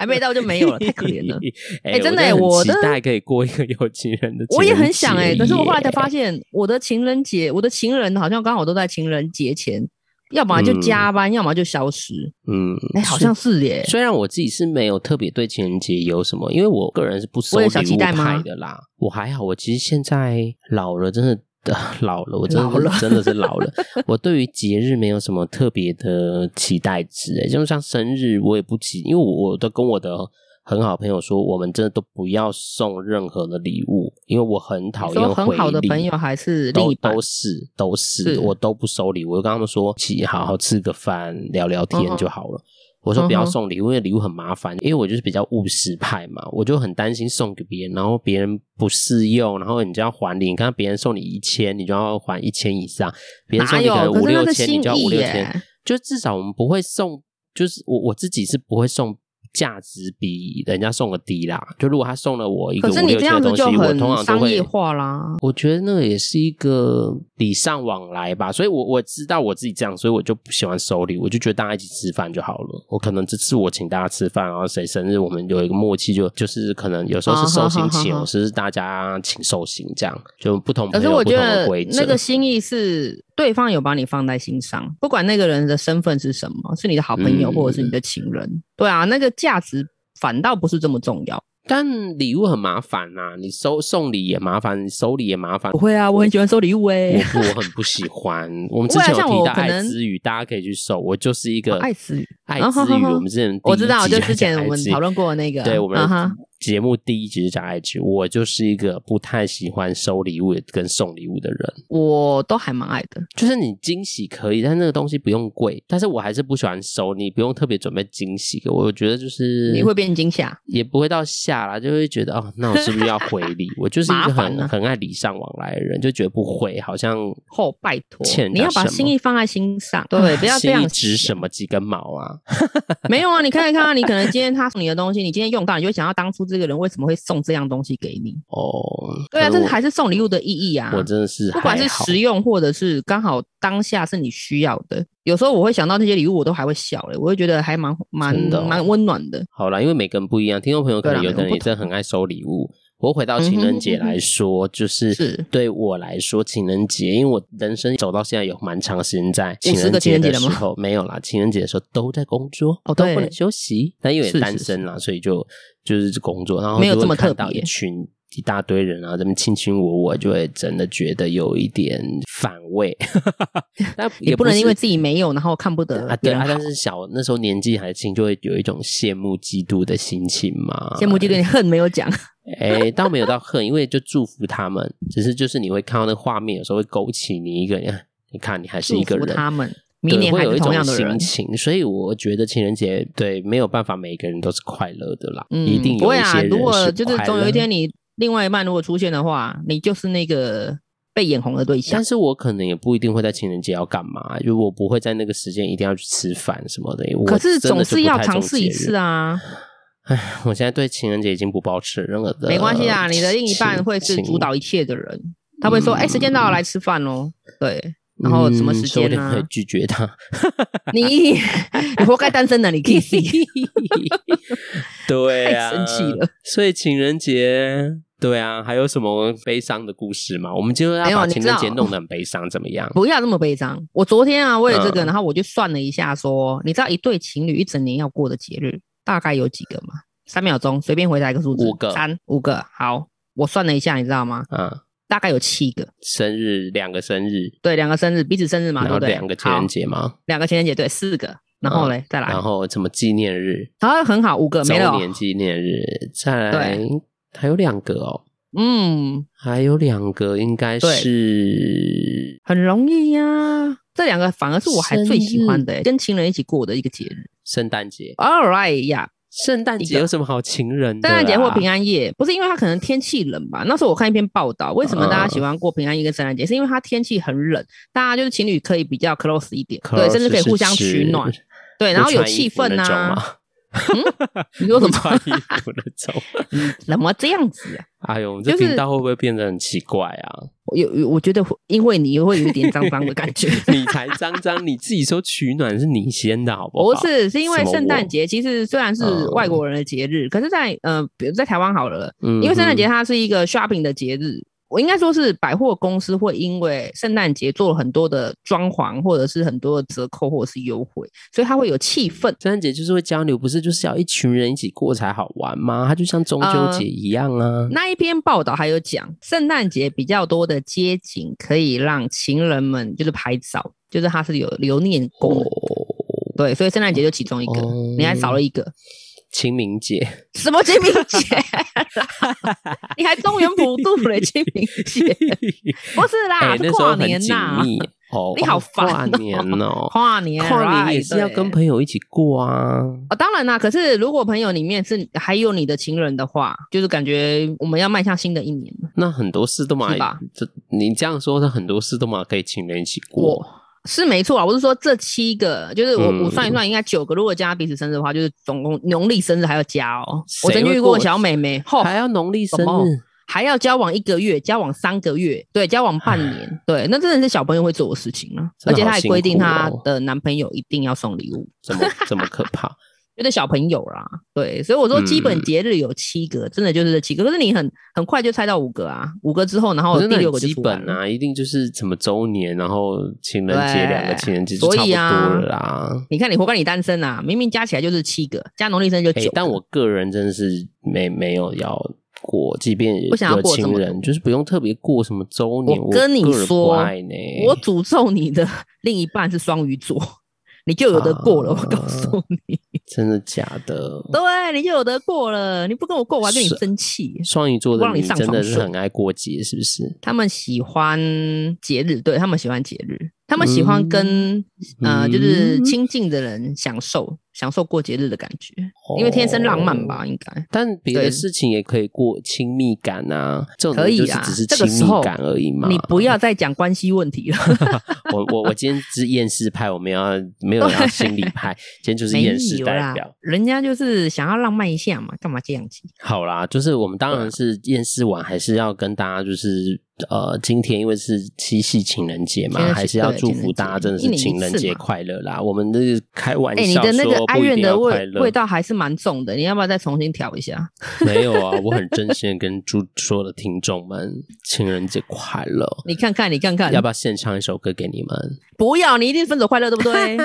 Speaker 2: 还没到就 <laughs> 没有了，太可
Speaker 1: <laughs>
Speaker 2: 怜了。。
Speaker 1: 哎、
Speaker 2: 哎真的哎
Speaker 1: 我
Speaker 2: 我
Speaker 1: 很期
Speaker 2: 真的
Speaker 1: 待可以过一个有情人的情人节耶，
Speaker 2: 我也很想哎、可是我后来才发现，我的情人节，我的情人好像刚好都在情人节前，要么就加班，要么就消失。
Speaker 1: 嗯，
Speaker 2: 哎、好像是耶、
Speaker 1: 虽然我自己是没有特别对情人节有什么，因为我个人是不收
Speaker 2: 我
Speaker 1: 礼
Speaker 2: 有小期
Speaker 1: 物
Speaker 2: 待吗
Speaker 1: 派的啦。我还好，我其实现在老了，真的。 <laughs> 呃老了，我真的
Speaker 2: 老了
Speaker 1: <laughs> 真的是
Speaker 2: <laughs>
Speaker 1: 老了。我对于节日没有什么特别的期待值、欸，就像生日，我也不期，因为我我都跟我的很好朋友说，我们真的都不要送任何的礼物，因为我很讨
Speaker 2: 你
Speaker 1: 厌
Speaker 2: 说很好的
Speaker 1: 回礼
Speaker 2: 朋友还是
Speaker 1: 都
Speaker 2: 另一半
Speaker 1: 都是都是，
Speaker 2: 是
Speaker 1: 我都不收礼物，我跟他们说，起好好吃个饭，聊聊
Speaker 2: 嗯
Speaker 1: 天
Speaker 2: 哼
Speaker 1: 就好了。我说不要
Speaker 2: 嗯哼
Speaker 1: 送礼物，因为礼物很麻烦，因为我就是比较务实派嘛，我就很担心送给别人，然后别人不适用，然后你就要还礼。你看别人送你一千，你就要还一千以上；别人送
Speaker 2: 哪
Speaker 1: 你
Speaker 2: 有？
Speaker 1: 能
Speaker 2: 可
Speaker 1: 五
Speaker 2: 是
Speaker 1: 六
Speaker 2: 那是
Speaker 1: 千，
Speaker 2: 心
Speaker 1: 你就要五
Speaker 2: 意
Speaker 1: 六
Speaker 2: 耶、
Speaker 1: 千。就至少我们不会送，就是我我自己是不会送价值比人家送的低啦。就如果他送了我一个
Speaker 2: 可是
Speaker 1: 五
Speaker 2: 你
Speaker 1: 六
Speaker 2: 这
Speaker 1: 千
Speaker 2: 样
Speaker 1: 的
Speaker 2: 子
Speaker 1: 东西，
Speaker 2: 就
Speaker 1: 我通
Speaker 2: 很
Speaker 1: 常都
Speaker 2: 商业
Speaker 1: 会。
Speaker 2: 化啦。
Speaker 1: 我觉得那个也是一个礼尚往来吧，所以我我知道我自己这样，所以我就不喜欢收礼，我就觉得大家一起吃饭就好了。我可能这次我请大家吃饭，然后谁生日我们有一个默契就，就是可能有时候是
Speaker 2: 啊
Speaker 1: 寿
Speaker 2: 好
Speaker 1: 星
Speaker 2: 好
Speaker 1: 请，
Speaker 2: 好
Speaker 1: 有哦时候是大家请寿星，这样就不同
Speaker 2: 可
Speaker 1: 朋
Speaker 2: 是
Speaker 1: 友
Speaker 2: 我
Speaker 1: 嗯不
Speaker 2: 觉
Speaker 1: 同的
Speaker 2: 得
Speaker 1: 规则。
Speaker 2: 那个心意是对方有把你放在心上，不管那个人的身份是什么，是你的好朋友
Speaker 1: 嗯
Speaker 2: 或者是你的情人，对啊，那个价值反倒不是这么重要。
Speaker 1: 但礼物很麻烦呐、你收送礼也麻烦，收礼也麻烦
Speaker 2: 不。会啊，我很喜欢收礼物哎、
Speaker 1: 我不，我很不喜
Speaker 2: <laughs>
Speaker 1: 欢。我们之前有
Speaker 2: 像
Speaker 1: 提
Speaker 2: 我
Speaker 1: 到
Speaker 2: 可
Speaker 1: 爱
Speaker 2: 能
Speaker 1: 之语，大家可以去搜。我就是一个
Speaker 2: 哦爱之语
Speaker 1: 爱
Speaker 2: 啊
Speaker 1: 之
Speaker 2: 好好
Speaker 1: 语。
Speaker 2: 好
Speaker 1: 我们之前第
Speaker 2: 我
Speaker 1: 一
Speaker 2: 知道，
Speaker 1: 集
Speaker 2: 就
Speaker 1: 在
Speaker 2: 之前
Speaker 1: 讲
Speaker 2: 我
Speaker 1: 爱
Speaker 2: 们
Speaker 1: 之语
Speaker 2: 讨论过那个，
Speaker 1: 对我
Speaker 2: 啊哈
Speaker 1: 们节目第一集就讲爱之语。我就是一个不太喜欢收礼物跟送礼物的人。
Speaker 2: 我都还蛮爱的。
Speaker 1: 就是你惊喜可以，但那个东西不用贵，但是我还是不喜欢收。你不用特别准备惊喜，我觉得就是
Speaker 2: 你会变啊惊吓，
Speaker 1: 也不会到下啦，就会觉得哦，那我是不是要回礼？
Speaker 2: <laughs>
Speaker 1: 我就是一个
Speaker 2: 麻烦
Speaker 1: 很
Speaker 2: 啊
Speaker 1: 很爱礼尚往来的人，就觉得不回好像
Speaker 2: 后、拜托
Speaker 1: 欠，人
Speaker 2: 你
Speaker 1: 家
Speaker 2: 要把
Speaker 1: 什么啊
Speaker 2: 心意放在心上，对，不要这
Speaker 1: 心
Speaker 2: 样
Speaker 1: 里值
Speaker 2: 想
Speaker 1: 什么几根毛啊？
Speaker 2: 没有啊，你看一看啊，你可能今天他送你的东西，你今天用到，你就会想到当初这个人为什么会送这样东西给你？
Speaker 1: 哦，
Speaker 2: 对啊，
Speaker 1: 可
Speaker 2: 这
Speaker 1: 我
Speaker 2: 还是送礼物的意义啊。
Speaker 1: 我真的是
Speaker 2: 不管是
Speaker 1: 还好
Speaker 2: 实用或者是刚好当下是你需要的，有时候我会想到那些礼物，我都还会笑嘞、我会觉得还蛮蛮
Speaker 1: 真的哦
Speaker 2: 蛮温暖的。
Speaker 1: 好啦，因为每个人不一样，听众朋友可能
Speaker 2: 对
Speaker 1: 有
Speaker 2: 啦
Speaker 1: 的人
Speaker 2: 每个人不嗯
Speaker 1: 也真的很爱收礼物。我回到情人节来说，就是
Speaker 2: 是
Speaker 1: 对我来说，情人节，因为我人生走到现在有蛮长时间在情
Speaker 2: 50
Speaker 1: 人
Speaker 2: 个情
Speaker 1: 节
Speaker 2: 人
Speaker 1: 的
Speaker 2: 节
Speaker 1: 时
Speaker 2: 了吗
Speaker 1: 候没有啦，情人节的时候都在工作，
Speaker 2: 哦
Speaker 1: 都
Speaker 2: 对
Speaker 1: 不能休息。但因为
Speaker 2: 是
Speaker 1: 单身啦，所以就就是工作，然后
Speaker 2: 没有
Speaker 1: 就会
Speaker 2: 这么
Speaker 1: 看
Speaker 2: 特
Speaker 1: 到
Speaker 2: 别
Speaker 1: 一群一大堆人啊，这么亲亲我我，就会真的觉得有一点反胃。 <laughs> 但
Speaker 2: 也
Speaker 1: 也
Speaker 2: 不能
Speaker 1: 是
Speaker 2: 因为自己没有，然后看不
Speaker 1: 啊
Speaker 2: 得，别
Speaker 1: 对
Speaker 2: 人
Speaker 1: 啊
Speaker 2: 好，
Speaker 1: 但是小那时候年纪还轻，就会有一种羡慕嫉妒的心情嘛。
Speaker 2: 羡慕嫉妒你恨没有讲，
Speaker 1: 哎，倒没有到恨，因为就祝福他们，只是就是你会看到那个画面，有时候会勾起你一个人，啊你看你还 <laughs> 是一个
Speaker 2: 祝福
Speaker 1: 人。
Speaker 2: 他们，
Speaker 1: 对
Speaker 2: 明年
Speaker 1: 会
Speaker 2: 还
Speaker 1: 有
Speaker 2: 是
Speaker 1: 一
Speaker 2: 同
Speaker 1: 种
Speaker 2: 样的
Speaker 1: 心
Speaker 2: 人。
Speaker 1: 情，所以我觉得情人节对没有办法，每个人都是快乐的啦，
Speaker 2: 嗯，
Speaker 1: 一定
Speaker 2: 不
Speaker 1: 有
Speaker 2: 会
Speaker 1: 一些
Speaker 2: 啊。
Speaker 1: 人
Speaker 2: 如果就是
Speaker 1: 快
Speaker 2: 总有
Speaker 1: 乐
Speaker 2: 一天你另外一半如果出现的话，你就是那个被眼红的对象
Speaker 1: 但。是我可能也不一定会在情人节要干嘛，就我不会在那个时间一定要去吃饭什么的。我
Speaker 2: 可是
Speaker 1: 真的
Speaker 2: 总
Speaker 1: 就是不
Speaker 2: 要
Speaker 1: 太
Speaker 2: 尝
Speaker 1: 懂
Speaker 2: 试一
Speaker 1: 节日
Speaker 2: 次啊，
Speaker 1: 唉，我现在对情人节已经不抱持任何的
Speaker 2: 没关系啊。你的另一半
Speaker 1: 情
Speaker 2: 会是主，导一切的人，他会
Speaker 1: 嗯
Speaker 2: 说：“哎、时间到了，来吃饭哦。”对，
Speaker 1: 情
Speaker 2: 然后什么
Speaker 1: 嗯
Speaker 2: 时
Speaker 1: 说不
Speaker 2: 间
Speaker 1: 定会
Speaker 2: 啊
Speaker 1: 拒绝
Speaker 2: <laughs>
Speaker 1: 他。
Speaker 2: 你 <laughs> 你活该单身
Speaker 1: <laughs>
Speaker 2: 的，你 kiss
Speaker 1: 对
Speaker 2: 太
Speaker 1: 啊，
Speaker 2: 生气了。
Speaker 1: 所以情人节，对啊，还有什么悲伤的故事吗？我们今天要
Speaker 2: 没有
Speaker 1: 把
Speaker 2: 你
Speaker 1: 情
Speaker 2: 知
Speaker 1: 人节
Speaker 2: 道
Speaker 1: 弄得很悲伤，怎么样？
Speaker 2: 不要这么悲伤。我昨天啊，为了这
Speaker 1: 嗯
Speaker 2: 个，然后我就算了一下说你知道一对情侣一整年要过的节日大概有几个吗？三秒钟，随便回答一个数字，
Speaker 1: 五个
Speaker 2: 三五个。好，我算了一下，你知道吗？
Speaker 1: 啊，
Speaker 2: 大概有七个。
Speaker 1: 生日两个生日，
Speaker 2: 对，两个生日，彼此生日嘛，
Speaker 1: 然
Speaker 2: 对
Speaker 1: 后
Speaker 2: 不对？
Speaker 1: 两个情人
Speaker 2: 好，
Speaker 1: 节嘛，
Speaker 2: 两个情人节，对，四个。然后
Speaker 1: 嗯
Speaker 2: 嘞，再来，
Speaker 1: 然后什么纪念日、
Speaker 2: 然后很好，五个
Speaker 1: 周
Speaker 2: 没了哦。
Speaker 1: 年纪念日，再来还有两个哦，
Speaker 2: 嗯，
Speaker 1: 还有两个应该
Speaker 2: 对
Speaker 1: 是
Speaker 2: 很容易呀、这两个反而是我还最喜欢的、欸跟情人一起过的一个节日。
Speaker 1: 圣诞节。
Speaker 2: All right 呀、
Speaker 1: 圣诞节有什么好情人的
Speaker 2: 圣
Speaker 1: 啦？
Speaker 2: 诞节或平安夜，不是因为它可能天气冷吧？那时候我看一篇报道，为什么大家喜欢过平安夜跟圣诞节，是因为它天气很冷，大家就是情侣可以比较 close 一点，对，
Speaker 1: Close
Speaker 2: 甚至可以互相取暖
Speaker 1: 是指，
Speaker 2: 对，然后有气氛
Speaker 1: 不穿衣服那种
Speaker 2: 呐、啊。 <laughs>
Speaker 1: 吗？
Speaker 2: 你说什
Speaker 1: 不
Speaker 2: 么？
Speaker 1: <laughs> 穿衣服那
Speaker 2: <laughs>
Speaker 1: 种？
Speaker 2: 怎么这样子、啊？
Speaker 1: 哎呦，我们这
Speaker 2: 就是
Speaker 1: 频道会不会变得很奇怪啊？
Speaker 2: 我有，有我觉得会因为你会有一点脏脏的感 <laughs> 觉。
Speaker 1: 你才脏脏，你自己说取暖是你先的好不好？
Speaker 2: 不是，是因
Speaker 1: 什
Speaker 2: 为
Speaker 1: 么
Speaker 2: 圣
Speaker 1: 我
Speaker 2: 诞节其实虽然是
Speaker 1: 嗯
Speaker 2: 外国人的节日，可是在呃，比如在台湾好了，
Speaker 1: 嗯哼，
Speaker 2: 因为圣诞节它是一个 shopping 的节日，我应该说是百货公司会因为圣诞节做了很多的装潢，或者是很多的折扣或者是优惠，所以它会有气氛。
Speaker 1: 圣诞节就是会交流，不是就是要一群人一起过才好玩吗？它就像中秋节一样啊。
Speaker 2: 呃那一篇报道还有讲，圣诞节比较多的街景可以让情人们就是拍照，就是它是有留念功能。对，所以圣诞节就其中一个，
Speaker 1: 哦
Speaker 2: 你还少了一个
Speaker 1: 清明
Speaker 2: <laughs>
Speaker 1: 节， <laughs>
Speaker 2: 什么清明节 <laughs> 啦？你还中原普渡嘞，清明
Speaker 1: <laughs>
Speaker 2: 节不是啦，
Speaker 1: 哎哎，那
Speaker 2: 是
Speaker 1: 时
Speaker 2: 跨
Speaker 1: 候很
Speaker 2: 年
Speaker 1: 紧
Speaker 2: 呐、 <laughs>
Speaker 1: 密哦。
Speaker 2: 你好烦
Speaker 1: 跨
Speaker 2: 哦
Speaker 1: 年哦，
Speaker 2: 跨年，
Speaker 1: 跨年也
Speaker 2: right，
Speaker 1: 是要
Speaker 2: 对
Speaker 1: 跟朋友一起过啊。
Speaker 2: 哦，当然啦。可是如果朋友里面是还有你的情人的话，就是感觉我们要迈向新的一年了。
Speaker 1: 那很多事都嘛
Speaker 2: 是吧，
Speaker 1: 这你这样说，那很多事都嘛可以情人一起过。
Speaker 2: 我是没错啊，我是说这七个，就是我、
Speaker 1: 嗯
Speaker 2: 我算一算，应该九个，如果加彼此生日的话，就是总共农历生日还要加哦。我
Speaker 1: 谁
Speaker 2: 曾经
Speaker 1: 会
Speaker 2: 遇
Speaker 1: 过
Speaker 2: 过小美眉，吼，
Speaker 1: 还要农历生
Speaker 2: 哦什么
Speaker 1: 日，
Speaker 2: 还要交往一个月，交往三个月，对，交往半年，对，那真的是小朋友会做的事情啊。
Speaker 1: 真
Speaker 2: 而
Speaker 1: 的
Speaker 2: 且
Speaker 1: 好
Speaker 2: 她还
Speaker 1: 辛
Speaker 2: 规定
Speaker 1: 苦
Speaker 2: 她
Speaker 1: 哦
Speaker 2: 的男朋友一定要送礼物，
Speaker 1: 怎么这么可
Speaker 2: <laughs>
Speaker 1: 怕？
Speaker 2: 有点小朋友啦，对，所以我说基本
Speaker 1: 嗯
Speaker 2: 节日有七个，真的就是这七个。可是你很很快就猜到五个啊，五个之后，然后
Speaker 1: 真
Speaker 2: 第
Speaker 1: 的很
Speaker 2: 六个就
Speaker 1: 基
Speaker 2: 出来
Speaker 1: 本
Speaker 2: 了。
Speaker 1: 啊，一定就是什么周年，然后情人节
Speaker 2: 对
Speaker 1: 两个情人节就
Speaker 2: 所
Speaker 1: 差不
Speaker 2: 以
Speaker 1: 多
Speaker 2: 啊
Speaker 1: 了啦。
Speaker 2: 你看你活该你单身啊，明明加起来就是七个，加农历生日就
Speaker 1: 哎、
Speaker 2: 九个、
Speaker 1: 但我个人真的是没没有要过，即便
Speaker 2: 不想要
Speaker 1: 有
Speaker 2: 过这
Speaker 1: 情
Speaker 2: 么
Speaker 1: 人，就是不用特别过什么周年。
Speaker 2: 我
Speaker 1: 我
Speaker 2: 跟你
Speaker 1: 个人不
Speaker 2: 说
Speaker 1: 爱呢，
Speaker 2: 我诅咒你的另一半是双鱼座，你就有得过了。我告诉
Speaker 1: 啊
Speaker 2: 你， <laughs>
Speaker 1: 真的假的？
Speaker 2: 对你就有得过了。你不跟我过，我还跟你
Speaker 1: 是
Speaker 2: 生气。
Speaker 1: 双鱼座
Speaker 2: 我
Speaker 1: 的
Speaker 2: 让你
Speaker 1: 你
Speaker 2: 上
Speaker 1: 真的
Speaker 2: 床
Speaker 1: 是
Speaker 2: 睡
Speaker 1: 很爱过节，是不是？
Speaker 2: 他们喜欢节日，对他们喜欢节日，他们喜欢跟、呃就是
Speaker 1: 嗯
Speaker 2: 亲近的人享受享受过节日的感觉，因为天生浪漫吧，
Speaker 1: 哦
Speaker 2: 应该。
Speaker 1: 但别的
Speaker 2: 对
Speaker 1: 事情也可以过亲密感啊，这种
Speaker 2: 可以
Speaker 1: 就是
Speaker 2: 啊
Speaker 1: 只是
Speaker 2: 这个
Speaker 1: 亲
Speaker 2: 时候
Speaker 1: 密感而已嘛。
Speaker 2: 你不要再讲关系问题了，
Speaker 1: 我我我今天是厌世派，我们要没有要心理派，今天 <laughs> 就是
Speaker 2: 没
Speaker 1: 厌世
Speaker 2: 有
Speaker 1: 代
Speaker 2: 啦
Speaker 1: 表。，
Speaker 2: 人家就是想要浪漫一下嘛，干嘛这样子？
Speaker 1: 好啦，就是我们当
Speaker 2: 啊
Speaker 1: 然是厌世完，还是要跟大家就是呃，今天因为是七夕情人节
Speaker 2: 情
Speaker 1: 嘛，
Speaker 2: 人节
Speaker 1: 还是要
Speaker 2: 对
Speaker 1: 祝福大家真的是
Speaker 2: 情
Speaker 1: 情
Speaker 2: 人
Speaker 1: 人
Speaker 2: 节一年一次
Speaker 1: 节
Speaker 2: 嘛
Speaker 1: 快乐啦。我们那个开玩
Speaker 2: 哎、你
Speaker 1: 笑
Speaker 2: 的那个
Speaker 1: 说
Speaker 2: 哀
Speaker 1: 不一
Speaker 2: 怨
Speaker 1: 定
Speaker 2: 的
Speaker 1: 要快
Speaker 2: 味
Speaker 1: 乐
Speaker 2: 味，道还是蛮重的，你要不要再重新调
Speaker 1: <laughs>
Speaker 2: 一下？ <laughs>
Speaker 1: 没有啊，我很真心的跟祝所有的听众们情人节快
Speaker 2: <laughs>
Speaker 1: 乐。
Speaker 2: 你看看，你看看，
Speaker 1: 要不要献唱一首歌给你们？
Speaker 2: 不要，你一定分手快乐，对不
Speaker 1: <laughs>
Speaker 2: 对？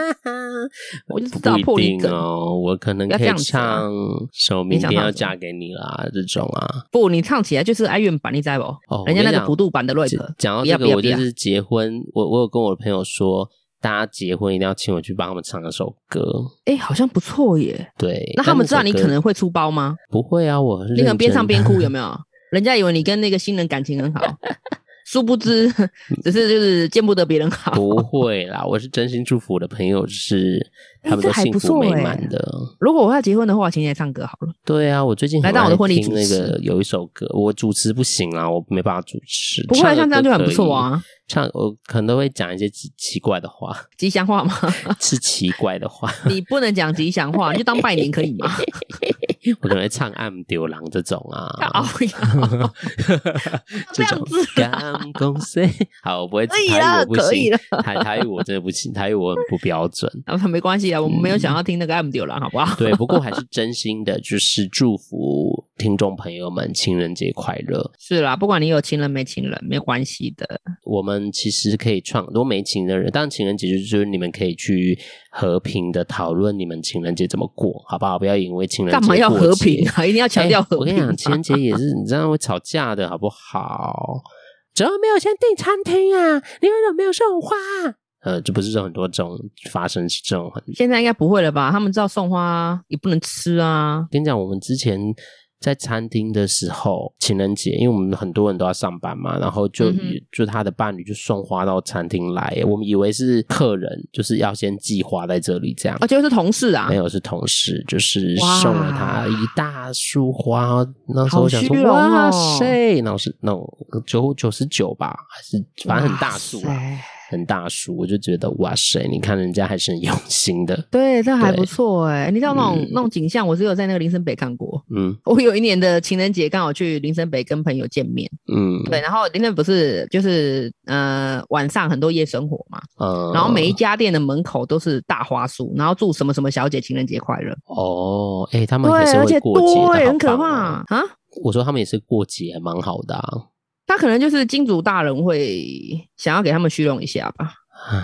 Speaker 2: <laughs> 我就知道
Speaker 1: 不
Speaker 2: 破
Speaker 1: 一
Speaker 2: 你
Speaker 1: 定
Speaker 2: 梗
Speaker 1: 哦，我可能
Speaker 2: 不要
Speaker 1: 可
Speaker 2: 这
Speaker 1: 以
Speaker 2: 样子啊
Speaker 1: 唱《手明天要嫁给你啦》这种啊。
Speaker 2: 不，你唱起来就是哀怨版，你知道不？
Speaker 1: 哦，
Speaker 2: 人家那
Speaker 1: 我跟你
Speaker 2: 个
Speaker 1: 讲
Speaker 2: 普渡版的 rap，
Speaker 1: 讲到
Speaker 2: 不
Speaker 1: 这
Speaker 2: 要
Speaker 1: 个，
Speaker 2: 不要
Speaker 1: 我
Speaker 2: 不
Speaker 1: 就
Speaker 2: 要
Speaker 1: 是结婚，我我有跟我的朋友说，大家结婚一定要请我去帮他们唱一首歌。
Speaker 2: 哎、好像不错耶。
Speaker 1: 对，
Speaker 2: 那他们知道
Speaker 1: 但
Speaker 2: 你
Speaker 1: 那首
Speaker 2: 可
Speaker 1: 歌
Speaker 2: 能会出包吗？
Speaker 1: 不会啊，我很
Speaker 2: 你可能边
Speaker 1: 认真
Speaker 2: 唱边哭，有没有？人家以为你跟那个新人感情很好，殊不知 <laughs> 只是就是见不得别人好。
Speaker 1: <laughs> 不会啦，我是真心祝福我的朋友，就是他
Speaker 2: 哎
Speaker 1: 们
Speaker 2: 这
Speaker 1: 都
Speaker 2: 还
Speaker 1: 幸
Speaker 2: 不
Speaker 1: 福
Speaker 2: 错
Speaker 1: 美
Speaker 2: 哎
Speaker 1: 满的。
Speaker 2: 如果我要结婚的话，请你来唱歌好了。
Speaker 1: 对啊，我最近
Speaker 2: 来
Speaker 1: 很
Speaker 2: 当我的
Speaker 1: 爱
Speaker 2: 婚礼
Speaker 1: 听
Speaker 2: 主
Speaker 1: 那
Speaker 2: 持
Speaker 1: 个有一首歌，我主持不行啦，我没办法主持。
Speaker 2: 不会啊，
Speaker 1: 唱
Speaker 2: 像这样就
Speaker 1: 歌
Speaker 2: 很不
Speaker 1: 可以
Speaker 2: 错。啊，
Speaker 1: 唱我可能都会讲一些奇奇怪的
Speaker 2: <laughs>
Speaker 1: 话，
Speaker 2: 吉
Speaker 1: <laughs>
Speaker 2: 祥话嘛。
Speaker 1: 是奇怪的话，
Speaker 2: 你不能讲吉祥话，你就当拜年可以
Speaker 1: <laughs>
Speaker 2: <laughs> 吗？
Speaker 1: 我可能会唱《暗丢狼》这种
Speaker 2: <laughs> 哦
Speaker 1: 啊，
Speaker 2: 呀，
Speaker 1: 这
Speaker 2: 这
Speaker 1: 种
Speaker 2: 样子啦
Speaker 1: 干公司。好，我不会
Speaker 2: 可以
Speaker 1: 台语
Speaker 2: 啦
Speaker 1: 我不
Speaker 2: 可以
Speaker 1: 行
Speaker 2: 啦，
Speaker 1: 台台语我真的不行，台语我很不标准。
Speaker 2: 然后没关系啊，我们没有想要听那个 M 丢了，好不好？
Speaker 1: 对，不过还是真心的，就是祝福听众朋友们情人节快乐。
Speaker 2: 是啦，不管你有情人没情人，没关系的。
Speaker 1: 我们其实可以创很多没情的人，当然情人节就是你们可以去和平的讨论你们情人节怎么过，好不好？不要因为情人节
Speaker 2: 干嘛要
Speaker 1: 过
Speaker 2: 和
Speaker 1: 节
Speaker 2: 平
Speaker 1: <laughs>
Speaker 2: 啊？一定要强调
Speaker 1: 哎
Speaker 2: 和
Speaker 1: 我跟你
Speaker 2: 平吗
Speaker 1: 讲，情人节也是你这样会吵架的，好不好？怎么没有先订餐厅啊？你为什么没有送花、啊？呃，这不是说很多这种发生是这种很
Speaker 2: 现在应该不会了吧？他们知道送花也不能吃啊。
Speaker 1: 跟你讲，我们之前在餐厅的时候，情人节，因为我们很多人都要上班嘛，然后就、
Speaker 2: 嗯哼
Speaker 1: 就他的伴侣就送花到餐厅来，我们以为是客人，就是要先寄花在这里这样。
Speaker 2: 啊，就是同事啊
Speaker 1: 没，有，是同事，就是
Speaker 2: 哇
Speaker 1: 送了他一大束花。那时
Speaker 2: 好
Speaker 1: 候我想说，
Speaker 2: 虚荣哦
Speaker 1: 哇塞，那我是那种九九十九吧，还是反正很大束
Speaker 2: 哇
Speaker 1: 啊，
Speaker 2: 塞
Speaker 1: 很大束。我就觉得哇塞，你看人家还是很用心的。
Speaker 2: 对，这还不
Speaker 1: 对
Speaker 2: 错哎、你知道那种、
Speaker 1: 嗯
Speaker 2: 那种景象，我只有在那个林森北看过。
Speaker 1: 嗯
Speaker 2: 我有一年的情人节刚好去林森北跟朋友见面，
Speaker 1: 嗯，
Speaker 2: 对，然后林森北不是就是呃晚上很多夜生活嘛，
Speaker 1: 嗯，
Speaker 2: 然后每一家店的门口都是大花束，然后祝什么什么小姐情人节快乐，
Speaker 1: 哦，哎、他们
Speaker 2: 对
Speaker 1: 也，是
Speaker 2: 而且
Speaker 1: 会过节的，
Speaker 2: 多哎、
Speaker 1: 好
Speaker 2: 很可
Speaker 1: 棒
Speaker 2: 怕
Speaker 1: 哦
Speaker 2: 啊。
Speaker 1: 我说他们也是过节，蛮好的啊。
Speaker 2: 他可能就是金主大人会想要给他们虚荣一下吧，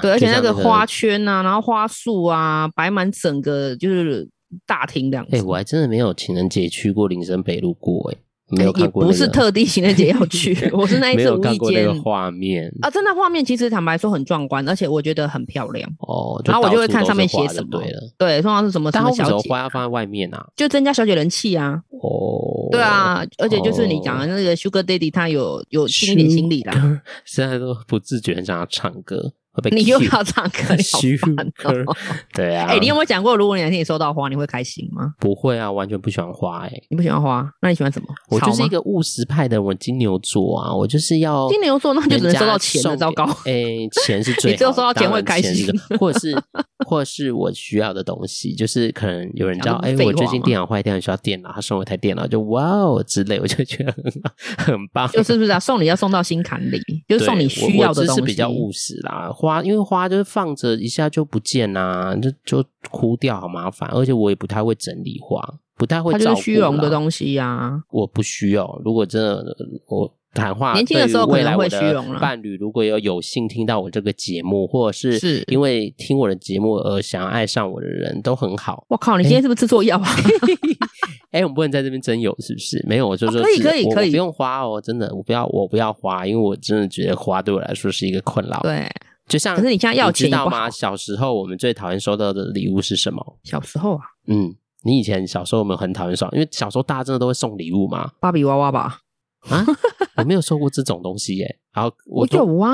Speaker 2: 对，而且
Speaker 1: 啊就像
Speaker 2: 那个
Speaker 1: 那
Speaker 2: 花圈啊，然后花束啊，摆满整个就是大厅这样子。
Speaker 1: 哎、我还真的没有情人节去过林森北路过、哎，没有
Speaker 2: 也
Speaker 1: 看过、那
Speaker 2: 不
Speaker 1: 个，
Speaker 2: 是特地情人节要
Speaker 1: <laughs>
Speaker 2: 去，我是那一
Speaker 1: 没
Speaker 2: 次
Speaker 1: 有
Speaker 2: 无
Speaker 1: 看
Speaker 2: 意
Speaker 1: 过那
Speaker 2: 间
Speaker 1: 个画面
Speaker 2: 啊，真的画面其实坦白说很壮观，而且我觉得很漂亮。
Speaker 1: 哦。
Speaker 2: 然后我
Speaker 1: 到
Speaker 2: 就会
Speaker 1: 处
Speaker 2: 看
Speaker 1: 都
Speaker 2: 上
Speaker 1: 是
Speaker 2: 面写
Speaker 1: 花
Speaker 2: 什
Speaker 1: 就
Speaker 2: 么
Speaker 1: 对了，
Speaker 2: 对，通常是什么什
Speaker 1: 但他
Speaker 2: 么
Speaker 1: 为什
Speaker 2: 小
Speaker 1: 么
Speaker 2: 姐，
Speaker 1: 花要放在外面啊？
Speaker 2: 就增加小姐人气啊。
Speaker 1: 哦，
Speaker 2: <laughs> 对，啊，而且就是你讲的那个 Sugar Daddy，他有有尽一点心力啦。
Speaker 1: 啦。现在都不自觉很想要唱歌，会被
Speaker 2: <laughs> 你又
Speaker 1: cue
Speaker 2: 要唱
Speaker 1: <laughs>
Speaker 2: 歌，你好烦
Speaker 1: Sugar
Speaker 2: 哦。
Speaker 1: 对啊，
Speaker 2: 哎、你有没有想过，如果你哪天你收到花，你会开心吗？
Speaker 1: 不会啊？完全不喜欢花哎、
Speaker 2: 你不喜欢花，那你喜欢什么？
Speaker 1: 我
Speaker 2: 吵
Speaker 1: 就是
Speaker 2: 吗
Speaker 1: 一个务实派的，我金牛座啊，我就是要
Speaker 2: 金牛座那就只能收到钱了
Speaker 1: 人家
Speaker 2: 糟糕 <laughs>
Speaker 1: 送给哎，钱是最
Speaker 2: 你只有收到
Speaker 1: 好的
Speaker 2: 钱会
Speaker 1: 当然
Speaker 2: 开心
Speaker 1: 钱是
Speaker 2: <laughs>
Speaker 1: 个或者是或者是我需要的东西，就是可能有人知道，
Speaker 2: 讲这
Speaker 1: 哎
Speaker 2: 不，是
Speaker 1: 我
Speaker 2: 废话
Speaker 1: 最近
Speaker 2: 吗
Speaker 1: 电脑坏掉，你需要电脑，他送我一台电脑，就哇哦之类，我就觉得很 <laughs> 好很棒，
Speaker 2: 就是不是啊？送礼要送到心坎里，就
Speaker 1: <laughs> 对
Speaker 2: 是送你需要
Speaker 1: 我我
Speaker 2: 的
Speaker 1: 这
Speaker 2: 东
Speaker 1: 是
Speaker 2: 西。
Speaker 1: 比较务实啦，花因为花就是放着一下就不见啦、就就枯掉，好麻烦。而且我也不太会整理花，不太会
Speaker 2: 它
Speaker 1: 照
Speaker 2: 就是
Speaker 1: 顾
Speaker 2: 虚荣的
Speaker 1: 西，
Speaker 2: 东西呀、啊。
Speaker 1: 我不需要。如果真的呃我谈话，
Speaker 2: 年轻的时候
Speaker 1: 对于
Speaker 2: 可能会
Speaker 1: 未来我的
Speaker 2: 虚荣啦
Speaker 1: 伴侣如果有有幸听到我这个节目，或者是
Speaker 2: 是
Speaker 1: 因为听我的节目而想要爱上我的人都很好。
Speaker 2: 我靠，你今天是不是吃错药啊？
Speaker 1: 哎，我们不能在这边真有是不是？没有，我就
Speaker 2: 哦
Speaker 1: 说
Speaker 2: 可以
Speaker 1: 是
Speaker 2: 可以
Speaker 1: 我
Speaker 2: 可以
Speaker 1: 我不用花哦，真的，我不要我不要花，因为我真的觉得花对我来说是一个困扰。
Speaker 2: <laughs> 对，
Speaker 1: 就像
Speaker 2: 可是你现在要钱
Speaker 1: 你知
Speaker 2: 也
Speaker 1: 道
Speaker 2: 不好
Speaker 1: 吗？。小时候我们最讨厌收到的礼物是什么？
Speaker 2: 小时候啊，
Speaker 1: 嗯，你以前小时候有没有很讨厌收？因为小时候大家真的都会送礼物嘛。
Speaker 2: 芭比娃娃吧，
Speaker 1: 啊，我没有收过这种东西耶、然后我
Speaker 2: 我
Speaker 1: 就
Speaker 2: 有啊。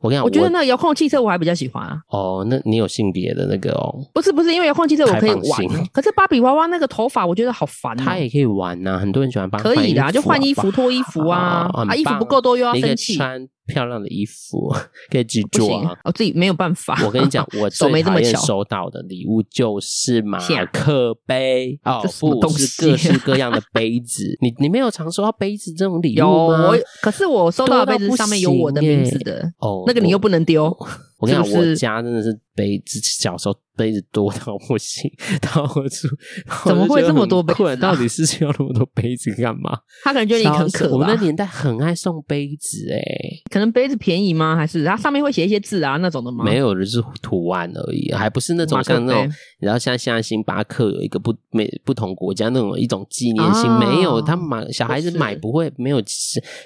Speaker 1: 我跟你讲，
Speaker 2: 我觉得那个遥控汽车我还比较喜欢啊。
Speaker 1: 哦，那你有性别的那个哦，
Speaker 2: 不是不是，因为遥控汽车我可以
Speaker 1: 开放性
Speaker 2: 玩，可是芭比娃娃那个头发我觉得好烦、啊。
Speaker 1: 他也可以玩呐、很多人喜欢帮
Speaker 2: 可以啊啦，就
Speaker 1: 啊
Speaker 2: 换衣服、
Speaker 1: 好不好
Speaker 2: 脱衣服啊，
Speaker 1: 哦很
Speaker 2: 啊，衣服
Speaker 1: 棒
Speaker 2: 不够多又要
Speaker 1: 你可以
Speaker 2: 生气，
Speaker 1: 穿漂亮的衣服， <laughs> 可以去
Speaker 2: 不
Speaker 1: 做
Speaker 2: 行哦
Speaker 1: 啊。，
Speaker 2: 我自己没有办法。
Speaker 1: 我跟你讲，我
Speaker 2: 手
Speaker 1: 最
Speaker 2: 没这
Speaker 1: 讨
Speaker 2: 么
Speaker 1: 厌
Speaker 2: 巧
Speaker 1: 收到的礼物就是马
Speaker 2: 下
Speaker 1: 克杯哦
Speaker 2: 这，什么
Speaker 1: 不
Speaker 2: 东
Speaker 1: 是
Speaker 2: 西
Speaker 1: 各
Speaker 2: 啊
Speaker 1: 式各样的杯子。你你没有常收到杯子这种礼
Speaker 2: <laughs> 有
Speaker 1: 物吗
Speaker 2: 我？，可是我收到的杯
Speaker 1: 多到不
Speaker 2: 子上面有我的名字的，
Speaker 1: 哦，
Speaker 2: 那个你又不能丢。
Speaker 1: 我跟你讲，
Speaker 2: 是不是
Speaker 1: 我家真的是杯子，小时候杯子多到不行， <laughs> 到处
Speaker 2: 怎么会这么多杯子啊
Speaker 1: 我就觉得很困到底是要那么多杯子干
Speaker 2: <laughs>
Speaker 1: 嘛？
Speaker 2: 他可能觉得你
Speaker 1: 小
Speaker 2: 很
Speaker 1: 时候
Speaker 2: 可
Speaker 1: 我
Speaker 2: 吧
Speaker 1: 们那？年代很爱送杯子哎、
Speaker 2: 可能杯子便宜吗？还是它上面会写一些字啊那种的吗？
Speaker 1: 没有的是图案而已，还不是那种
Speaker 2: 马克
Speaker 1: 像那种
Speaker 2: 杯，
Speaker 1: 你知道像现在星巴克有一个不每不同国家那种一种纪念性，
Speaker 2: 啊
Speaker 1: 没有，他买小孩子
Speaker 2: 不是
Speaker 1: 买不会没有，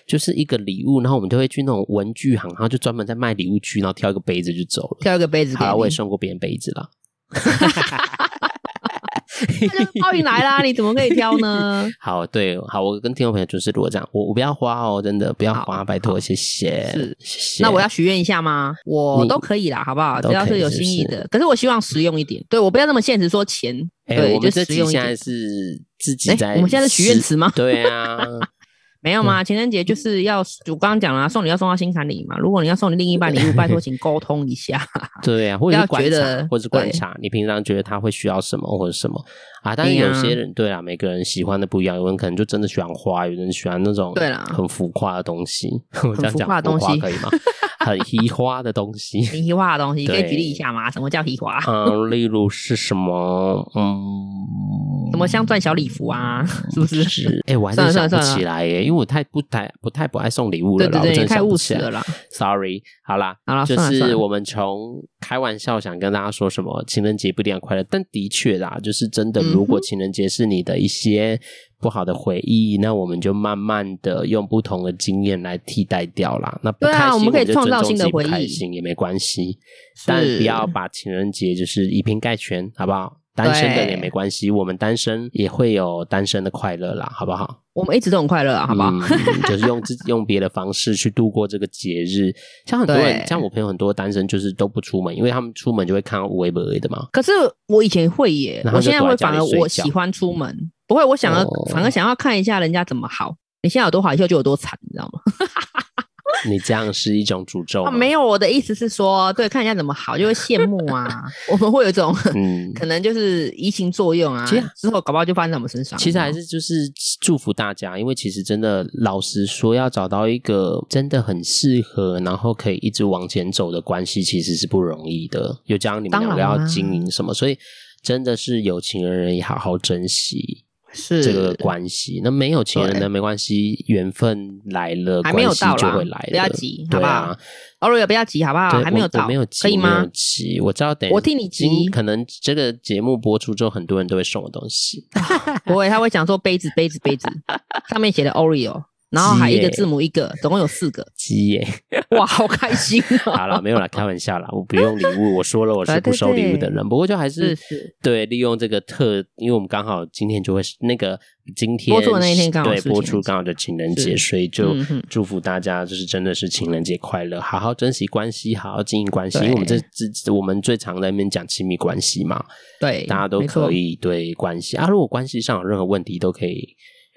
Speaker 1: 就是一个礼物，然后我们就会去那种文具行，然后就专门在卖礼物区，然后挑一个杯子就走了。
Speaker 2: 挑一个杯子给
Speaker 1: 好啦，我也
Speaker 2: 你。
Speaker 1: 送过别人杯子啦。
Speaker 2: 那就是奥运来啦，你怎么可以挑呢？
Speaker 1: 好，对，好，我跟听众朋友就是，如果这样，我我不要花哦，真的不要花，
Speaker 2: 好
Speaker 1: 拜托，谢谢，
Speaker 2: 是
Speaker 1: 谢谢。
Speaker 2: 那我要许愿一下吗？我
Speaker 1: 你
Speaker 2: 都可以啦，好不好？
Speaker 1: 都
Speaker 2: 只要
Speaker 1: 可以
Speaker 2: 是有
Speaker 1: 是不
Speaker 2: 心意
Speaker 1: 是
Speaker 2: 的，可是我希望实用一点。对我不要那么现实，说钱。
Speaker 1: 哎、
Speaker 2: 对
Speaker 1: 我们
Speaker 2: 就
Speaker 1: 这
Speaker 2: 实
Speaker 1: 集
Speaker 2: 用
Speaker 1: 现
Speaker 2: 一
Speaker 1: 在
Speaker 2: 点
Speaker 1: 是自己
Speaker 2: 哎
Speaker 1: 在，，嗯
Speaker 2: 我们现在是许愿池吗？
Speaker 1: 对啊，
Speaker 2: 没有嘛，情人节就是要我刚刚讲了、啊送礼要送到心坎里嘛。如果你要送你另一
Speaker 1: <laughs>
Speaker 2: 半礼物，拜托请沟通一下。
Speaker 1: 对啊，或
Speaker 2: 不
Speaker 1: 者
Speaker 2: 要
Speaker 1: 是观
Speaker 2: 觉
Speaker 1: 察
Speaker 2: 得，
Speaker 1: 或者是观
Speaker 2: 对
Speaker 1: 察，你平常觉得他会需要什么或者什么啊？但是
Speaker 2: 对
Speaker 1: 有
Speaker 2: 啊
Speaker 1: 些人对啊，每个人喜欢的不一样，有人可能就真的喜欢花，有人喜欢那种
Speaker 2: 对啦
Speaker 1: 很浮夸的东西。 <laughs> 我这样
Speaker 2: 浮
Speaker 1: 讲
Speaker 2: 夸的
Speaker 1: 浮
Speaker 2: 东
Speaker 1: 夸
Speaker 2: 西
Speaker 1: 可以吗？
Speaker 2: <laughs>
Speaker 1: 很移花的东西。 <laughs>
Speaker 2: 零奇化的东西可以
Speaker 1: 对
Speaker 2: 举例一下吗？什么叫奇化？
Speaker 1: 嗯，例如是什么？嗯，
Speaker 2: 什么镶钻小礼服啊？是
Speaker 1: <laughs>
Speaker 2: 不是？ <laughs>
Speaker 1: 是？哎、我还真想
Speaker 2: 算了
Speaker 1: 不
Speaker 2: 算了算了
Speaker 1: 起来耶，因为我太不太不太不爱送礼物了
Speaker 2: 对
Speaker 1: 啦，
Speaker 2: 对
Speaker 1: 我
Speaker 2: 对，
Speaker 1: 真的
Speaker 2: 你太
Speaker 1: 想不
Speaker 2: 务
Speaker 1: 起
Speaker 2: 实
Speaker 1: 来
Speaker 2: 了啦。
Speaker 1: Sorry，好啦，
Speaker 2: 好啦
Speaker 1: 就
Speaker 2: 算了算
Speaker 1: 是
Speaker 2: 了
Speaker 1: 我们从开玩笑想跟大家说什么情人节不一定要快乐，但的确啦，就是真的，
Speaker 2: 嗯哼
Speaker 1: 如果情人节是你的一些不好的回忆，那我们就慢慢的用不同的经验来替代掉啦。那不
Speaker 2: 对啊
Speaker 1: 开心，
Speaker 2: 我们可以
Speaker 1: 就
Speaker 2: 创造
Speaker 1: 尊重
Speaker 2: 新的
Speaker 1: 自己不
Speaker 2: 回忆
Speaker 1: 开心也没关系，
Speaker 2: 是
Speaker 1: 但不要把情人节就是以偏概全，好不好？单身的
Speaker 2: 对
Speaker 1: 也没关系，我们单身也会有单身的快乐啦，好不好？
Speaker 2: 我们一直都很快乐啊，好不好？ <laughs>
Speaker 1: 嗯、就是用自己用别的方式去度过这个节日。像很多人，
Speaker 2: 对
Speaker 1: 像我朋友很多单身就是都不出门，因为他们出门就会看到无为不为的嘛。
Speaker 2: 可是我以前会耶，
Speaker 1: 然后
Speaker 2: 我
Speaker 1: 就
Speaker 2: 现在
Speaker 1: 躲在
Speaker 2: 会
Speaker 1: 家
Speaker 2: 反
Speaker 1: 里
Speaker 2: 而
Speaker 1: 睡
Speaker 2: 我
Speaker 1: 觉
Speaker 2: 喜欢出门，不会，我想要
Speaker 1: 哦
Speaker 2: 反而想要看一下人家怎么好。你现在有多好，以后就有多惨，你知道吗？
Speaker 1: 你这样是一种诅咒、
Speaker 2: 啊，没
Speaker 1: 有，
Speaker 2: 有，我的意思是说，对，看人家怎么好，就会羡慕 <laughs> 啊。我们会有一种
Speaker 1: 嗯。
Speaker 2: 可能就是移情作用啊
Speaker 1: 其实，
Speaker 2: 之后搞不好就发生在我们身上。
Speaker 1: 其实还
Speaker 2: 你知
Speaker 1: 是就是祝福大家，因为其实真的老实说，要找到一个真的很适合，然后可以一直往前走的关系，其实是不容易的。又加上你们
Speaker 2: 当
Speaker 1: 两
Speaker 2: 然
Speaker 1: 个要
Speaker 2: 啦
Speaker 1: 经营什么，所以真的是有情人也好好珍惜。
Speaker 2: 道吗是
Speaker 1: 这个关系。那没有情人呢，
Speaker 2: 对
Speaker 1: 没关系，缘分来了，
Speaker 2: 还没有
Speaker 1: 关
Speaker 2: 到啦
Speaker 1: 系就会来了，
Speaker 2: 不要急
Speaker 1: 对
Speaker 2: 好不
Speaker 1: 啊
Speaker 2: 好，偶尔也不要急，好不好？
Speaker 1: 对
Speaker 2: 还没有
Speaker 1: 我
Speaker 2: 到，
Speaker 1: 我没有急，
Speaker 2: 可以
Speaker 1: 我没
Speaker 2: 吗
Speaker 1: 有？急，我知道等
Speaker 2: 我替你急
Speaker 1: 今可能这个节目播出之后，很多人都会送我东
Speaker 2: <laughs>
Speaker 1: 西，
Speaker 2: 不会，他会讲说杯子杯子杯子，上面写的 Oreo，然后还一个字母一个，总共有
Speaker 1: <laughs>
Speaker 2: 四个，
Speaker 1: 急耶！
Speaker 2: 哇，好开心
Speaker 1: <laughs>
Speaker 2: 啊！
Speaker 1: 好啦，没有啦，开玩笑啦，我不用礼物，我说了我是不收礼物的人，不过就还
Speaker 2: 是
Speaker 1: 是。
Speaker 2: 是，
Speaker 1: 对，利用这个特，因为我们刚好今天就会是那个今天
Speaker 2: 播出的那一天刚好
Speaker 1: 对
Speaker 2: 是
Speaker 1: 播
Speaker 2: 情
Speaker 1: 出
Speaker 2: 人节
Speaker 1: 刚好的情人节，
Speaker 2: 是
Speaker 1: 所以就
Speaker 2: 嗯哼
Speaker 1: 祝福大家，就是真的是情人节快乐，好好珍惜关系，好好经营关系，因
Speaker 2: 对
Speaker 1: 为我们这这我们最常在那边讲亲密关系嘛，
Speaker 2: 对，
Speaker 1: 大家都
Speaker 2: 没错
Speaker 1: 可以对关系啊，如果关系上有任何问题都可以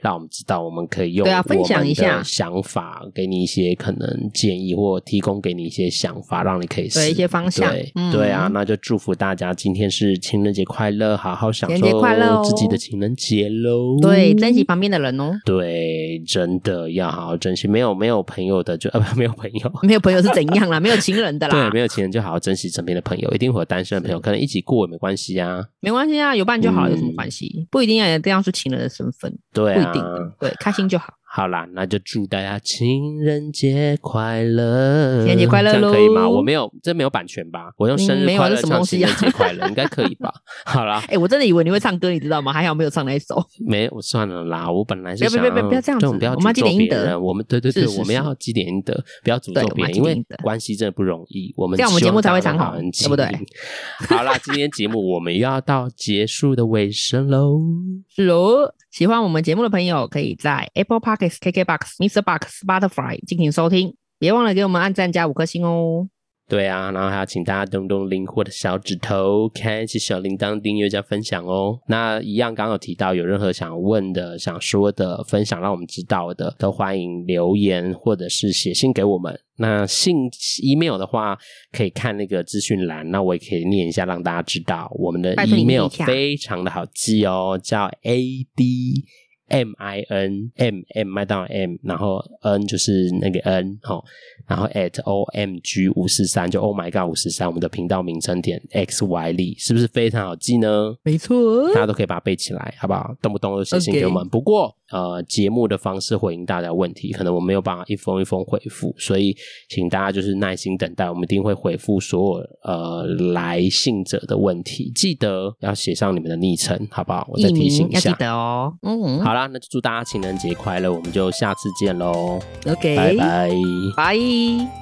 Speaker 1: 让我们知道，我们可以用
Speaker 2: 对啊分
Speaker 1: 我们
Speaker 2: 享一下
Speaker 1: 的想法，给你一些可能建议，或提供给你一些想法，让你可以试
Speaker 2: 对一些方向
Speaker 1: 对、
Speaker 2: 嗯
Speaker 1: 对啊，那就祝福大家今天是情人节快乐，好好享
Speaker 2: 情人节快乐
Speaker 1: 受
Speaker 2: 哦
Speaker 1: 自己的情人节喽。
Speaker 2: 对，珍惜旁边的人哦。
Speaker 1: 对，真的要好好珍惜，没有没有朋友的就呃不没有朋友。
Speaker 2: <laughs> 没有朋友是怎 <laughs> 样啦？没有情人的啦
Speaker 1: 对，，没有情人就好好珍惜身边的朋友，一定会有单身的朋友，可能一起过也没关系啊。
Speaker 2: 没关系啊，有伴就好了，有什么
Speaker 1: 嗯
Speaker 2: 关系？不一定要一定要是情人的身份，
Speaker 1: 对
Speaker 2: 不一
Speaker 1: 啊，
Speaker 2: 定的，对，开心就好。 <laughs>
Speaker 1: 好啦，那就祝大家情人节快乐！
Speaker 2: 情人节快乐
Speaker 1: 这样
Speaker 2: 喽
Speaker 1: 可以吗？我没有，这没有版权吧？我用生
Speaker 2: 嗯
Speaker 1: 日
Speaker 2: 没有
Speaker 1: 快乐
Speaker 2: 这什么
Speaker 1: 唱
Speaker 2: 东
Speaker 1: 情
Speaker 2: 西啊
Speaker 1: 人节快乐，应该可以吧？好啦，
Speaker 2: 哎，我真的以为你会唱歌，你知道吗？还好没有唱那一首。
Speaker 1: 没我算了啦，我本来是
Speaker 2: 不
Speaker 1: 想
Speaker 2: 要不要不要这样子
Speaker 1: 对我们不要
Speaker 2: 我们要
Speaker 1: 诅
Speaker 2: 积
Speaker 1: 咒
Speaker 2: 点
Speaker 1: 别
Speaker 2: 阴德
Speaker 1: 人，我们对对对，
Speaker 2: 是是
Speaker 1: 我们
Speaker 2: 是
Speaker 1: 要积点阴德，不要诅
Speaker 2: 对
Speaker 1: 咒
Speaker 2: 我们
Speaker 1: 别
Speaker 2: 要
Speaker 1: 人，
Speaker 2: 积
Speaker 1: 因为
Speaker 2: 阴德
Speaker 1: 关系真的不容易。我们
Speaker 2: 这样我们
Speaker 1: 希
Speaker 2: 节
Speaker 1: 望
Speaker 2: 目才
Speaker 1: 大
Speaker 2: 会
Speaker 1: 家
Speaker 2: 长
Speaker 1: 好
Speaker 2: 好
Speaker 1: 很
Speaker 2: 对不对
Speaker 1: 亲？好啦，今天节目我们要到结束的尾声喽。
Speaker 2: 是哦，喜欢我们节目的朋友，可以在 Apple Podcasts、KKBox、Mr. Box、Spotify 进行收听，别忘了给我们按赞加五颗星哦。
Speaker 1: 对啊，然后还要请大家动动灵活的小指头，开启小铃铛，订阅加分享哦。那一样，刚刚有提到有任何想问的、想说的、分享让我们知道的，都欢迎留言或者是写信给我们。那信 email 的话，可以看那个资讯栏，那我也可以念一下，让大家知道我们的
Speaker 2: 拜托你念
Speaker 1: email
Speaker 2: 一下
Speaker 1: 非常的好记哦，叫 a d m i n m m 麦当劳 m，然后 n 就是那个 n 哦，然后 at o m g 五四三就 Oh my God 五四三，我们的频道名称点 x y 里是不是非常好记呢？
Speaker 2: 没错
Speaker 1: 大家都可以把它背起来，好不好？动不动就写信给我们。不过，呃，节目的方式回应大家的问题，可能我没有办法一封一封回复，所以请大家就是耐心等待，我们一定会回复所有呃来信者的问题。记得要写上你们的昵称，好不好？我再
Speaker 2: 艺
Speaker 1: 提醒
Speaker 2: 名
Speaker 1: 一
Speaker 2: 要记
Speaker 1: 下。
Speaker 2: 得哦。嗯，
Speaker 1: 好啦，那就祝大家情人节快乐，我们就下次见喽，
Speaker 2: ，OK，
Speaker 1: 拜拜。
Speaker 2: 拜。